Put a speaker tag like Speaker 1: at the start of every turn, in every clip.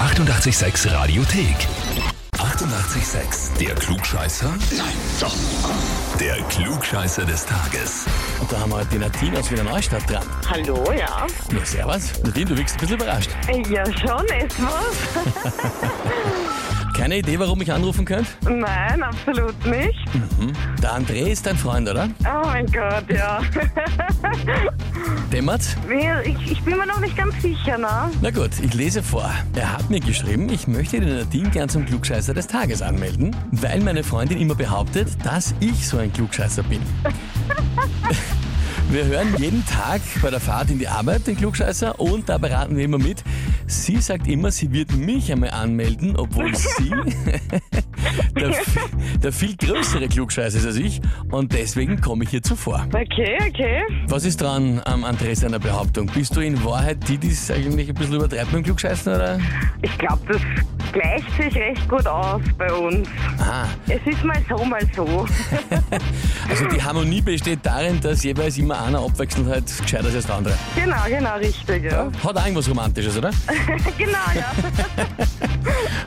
Speaker 1: 886 Radiothek. 88,6. Der Klugscheißer? Nein, doch. Der Klugscheißer des Tages.
Speaker 2: Und da haben wir die Nadine aus Wiener Neustadt dran.
Speaker 3: Hallo, ja.
Speaker 2: Ja, servus. Nadine, du wirkst ein bisschen überrascht.
Speaker 3: Ja, schon etwas.
Speaker 2: Keine Idee, warum ich anrufen könnte?
Speaker 3: Nein, absolut nicht.
Speaker 2: Der André ist dein Freund, oder?
Speaker 3: Oh mein Gott, ja.
Speaker 2: Dämmert?
Speaker 3: Wir- Ich, ich bin mir noch nicht ganz sicher, ne?
Speaker 2: Na gut, ich lese vor. Er hat mir geschrieben, ich möchte den Nadine gern zum Klugscheißer des Tages anmelden, weil meine Freundin immer behauptet, dass ich so ein Klugscheißer bin. Wir hören jeden Tag bei der Fahrt in die Arbeit den Klugscheißer und da beraten wir immer mit. Sie sagt immer, sie wird mich einmal anmelden, obwohl sie der, viel- der viel größere Klugscheißer ist als ich und deswegen komme ich ihr zuvor.
Speaker 3: Okay, okay.
Speaker 2: Was ist dran am André seiner Behauptung? Bist du in Wahrheit die, die es eigentlich ein bisschen übertreibt mit dem Klugscheißen, oder?
Speaker 3: Ich glaube, das gleicht sich recht gut aus bei uns.
Speaker 2: Ah,
Speaker 3: Es ist mal so, mal so.
Speaker 2: also die Harmonie besteht darin, dass jeweils immer einer abwechselnd halt gescheiter ist als der andere.
Speaker 3: Genau, genau, richtig, ja.
Speaker 2: Hat auch irgendwas Romantisches, oder?
Speaker 3: Genau, ja.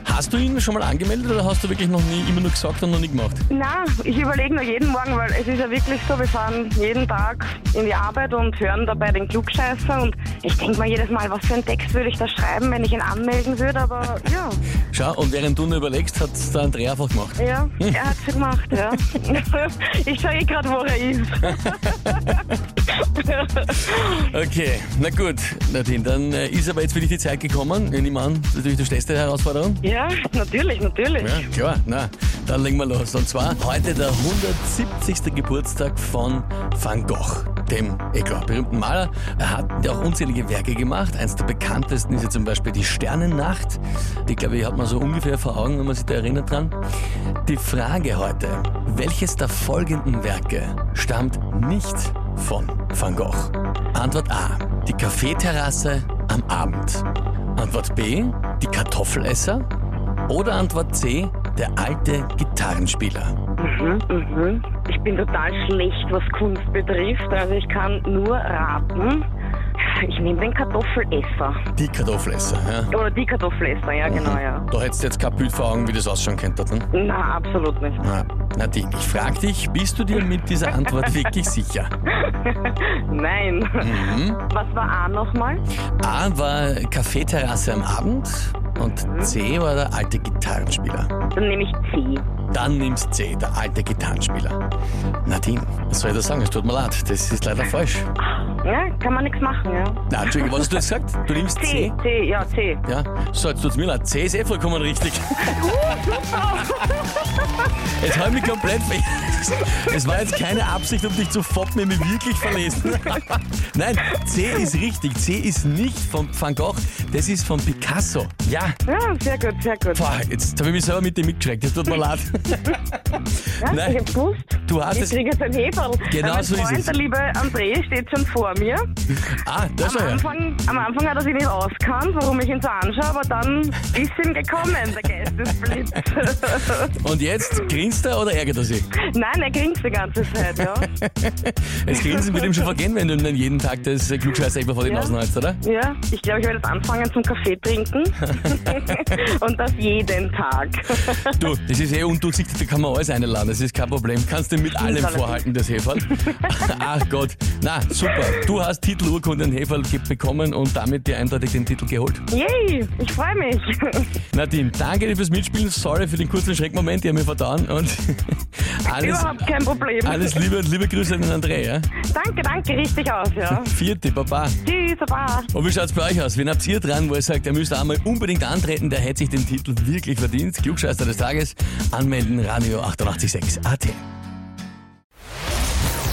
Speaker 2: Hast du ihn schon mal angemeldet oder hast du wirklich noch nie, immer nur gesagt und noch nie gemacht?
Speaker 3: Na, ich überlege nur jeden Morgen, weil es ist ja wirklich so, wir fahren jeden Tag in die Arbeit und hören dabei den Klugscheißer und ich denke mal jedes Mal, was für einen Text würde ich da schreiben, wenn ich ihn anmelden würde, aber ja,
Speaker 2: Schau, und während du nur überlegst, hat der André einfach gemacht.
Speaker 3: ja, er hat schon gemacht, ja. Ich sage eh gerade, wo er ist.
Speaker 2: Okay, na gut, Nadine, dann äh, ist aber jetzt wirklich die Zeit gekommen. Ich nehme an, das ist natürlich die stärkste Herausforderung.
Speaker 3: Ja, natürlich, natürlich.
Speaker 2: Ja, klar, na, dann legen wir los. Und zwar heute der 170. Geburtstag von Van Gogh, dem eh klar, berühmten Maler. Er hat ja auch unzählige Werke gemacht. Eins der bekanntesten ist ja zum Beispiel die Sternennacht. Die, glaube ich, hat man so ungefähr vor Augen, wenn man sich da erinnert dran. Die Frage heute, welches der folgenden Werke stammt nicht von Van Gogh? Antwort A, die Kaffeeterrasse am Abend. Antwort B, die Kartoffelesser. Oder Antwort C, der alte Gitarrenspieler.
Speaker 3: Mhm, mhm. Ich bin total schlecht, was Kunst betrifft, also ich kann nur raten. Ich nehme den Kartoffelesser.
Speaker 2: Die Kartoffelesser, ja.
Speaker 3: Oder die Kartoffelesser, ja, genau, ja.
Speaker 2: Da hättest du jetzt kein Bild vor Augen, wie das ausschauen könnte. Ne?
Speaker 3: Na, absolut nicht.
Speaker 2: Na, Nadine, ich frag dich, bist du dir mit dieser Antwort wirklich sicher?
Speaker 3: Nein.
Speaker 2: Mhm.
Speaker 3: Was war A nochmal?
Speaker 2: A war Kaffeeterrasse am Abend und C war der alte Gitarrenspieler.
Speaker 3: Dann nehme ich C.
Speaker 2: Dann nimmst C, der alte Gitarrenspieler. Nadine, was soll ich da sagen? Es tut mir leid, das ist leider falsch.
Speaker 3: Ja, kann man nichts machen, ja.
Speaker 2: Na, Entschuldigung, was hast du jetzt gesagt? Du nimmst
Speaker 3: C,
Speaker 2: C?
Speaker 3: C, ja, C.
Speaker 2: Ja, so, jetzt tut's mir leid. C ist eh vollkommen richtig. Jetzt hab ich mich komplett ver- Es war jetzt keine Absicht, um dich zu foppen, ich hab mich wirklich verlesen. Nein, C ist richtig. C ist nicht von Van Gogh, das ist von Picasso. Ja,
Speaker 3: Ja, sehr gut, sehr gut.
Speaker 2: boah, jetzt habe ich mich selber mit dir mitgeschreckt. Das tut mir leid.
Speaker 3: Ja,
Speaker 2: nein.
Speaker 3: Ich hab's gewusst.
Speaker 2: Du hast
Speaker 3: ich
Speaker 2: es-
Speaker 3: kriege jetzt ein Heberl.
Speaker 2: Ah, Genau
Speaker 3: mein
Speaker 2: so ist
Speaker 3: Freund,
Speaker 2: es.
Speaker 3: der liebe André, steht schon vor mir.
Speaker 2: Ah, da
Speaker 3: Am
Speaker 2: schau her.
Speaker 3: Anfang, am Anfang hat er sich nicht auskannt, warum ich ihn so anschaue, aber dann ist ihm gekommen, der Geistesblitz.
Speaker 2: Und jetzt grinst er oder ärgert er sich?
Speaker 3: Nein, er grinst die ganze Zeit, ja.
Speaker 2: Das Grinsen wird ihm schon vergehen, wenn du ihm dann jeden Tag das Klugscheißer vor die
Speaker 3: Ja.
Speaker 2: Nasen hältst, oder?
Speaker 3: Ja, ich glaube, ich werde jetzt anfangen zum Kaffee trinken. Und das jeden Tag.
Speaker 2: Du, das ist eh undurchsichtig, da kann man alles einladen, das ist kein Problem. Kannst dir mit allem
Speaker 3: allerdings.
Speaker 2: vorhalten, das Heferl. Ach Gott, na super. Du hast Titel, Urkunde und Heferl ge- bekommen und damit dir eindeutig den Titel geholt.
Speaker 3: Yay, ich freue mich.
Speaker 2: Nadine, danke dir fürs Mitspielen, sorry für den kurzen Schreckmoment, die haben mir vertan und alles,
Speaker 3: Überhaupt kein Problem.
Speaker 2: alles Liebe und liebe Grüße an den André, ja?
Speaker 3: Danke, danke, richtig aus, ja.
Speaker 2: Vierte, Baba.
Speaker 3: Tschüss, Baba.
Speaker 2: Und wie schaut's bei euch aus? Wen habt ihr dran, wo ihr sagt, ihr müsst einmal unbedingt antreten, der hätte sich den Titel wirklich verdient? Klugscheißer des Tages, anmelden, Radio 886 AT.